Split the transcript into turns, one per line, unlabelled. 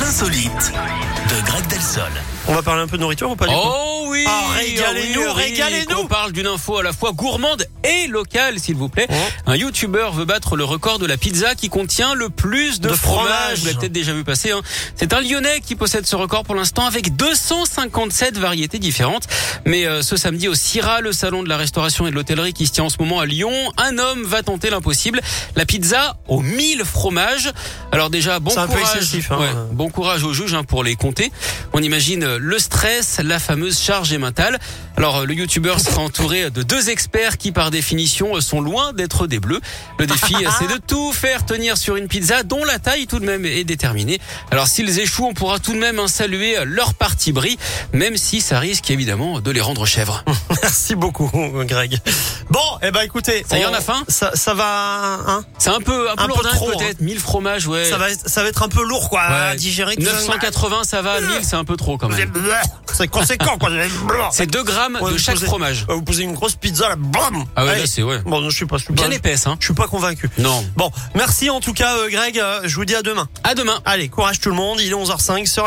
insolite de Greg Delsol.
On va parler un peu de nourriture ou pas du tout
Oh oui
Ah, régalez-nous,
Ah oui, Eric,
régalez-nous
On parle d'une info à la fois gourmande et locale, s'il vous plaît.
Oh.
Un youtubeur veut battre le record de la pizza qui contient le plus de,
De fromage.
Vous l'avez peut-être déjà vu passer. hein. C'est un Lyonnais qui possède ce record pour l'instant avec 257 variétés différentes. Mais euh, ce samedi au CIRA, le salon de la restauration et de l'hôtellerie qui se tient en ce moment à Lyon, un homme va tenter l'impossible. La pizza aux 1000 fromages. Alors déjà, bon
C'est un peu
courage.
excessif, hein.
Ouais. Bon courage aux juges hein, pour les compter. On imagine euh, le stress, la fameuse charge mentale. Alors euh, le youtubeur sera entouré de deux experts qui par définition euh, sont loin d'être des bleus. Le défi euh, c'est de tout faire tenir sur une pizza dont la taille tout de même est déterminée. Alors s'ils échouent, on pourra tout de même hein, saluer euh, leur parti bris, même si ça risque évidemment de les rendre chèvres.
Hum. Merci beaucoup, Greg. Bon, eh ben écoutez,
Ça y est,
on-
on a faim
Ça, ça va, hein
C'est un peu un peu,
Un peu
lourdingue,
trop, hein.
peut-être 1000 fromages ouais.
ça va, être- ça va être un peu lourd, quoi, à
Eh. Ouais.
digérer. tout ça. Euh.
980 ça va, 1000 c'est un peu trop quand même.
C'est conséquent, quoi.
C'est 2 grammes
Ouais,
de
vous
chaque
posez- euh,
fromage.
Vous posez une grosse pizza là, bam.
Ah ouais,
Allez.
là, c'est ouais.
Bon, non, je suis pas, je suis
Bien
pas-
épaisse hein.
je suis pas convaincu.
Non.
Bon, merci en tout cas, euh, Greg. euh, je vous dis à demain.
À demain.
Allez, courage tout le monde. Il est 11h05 sur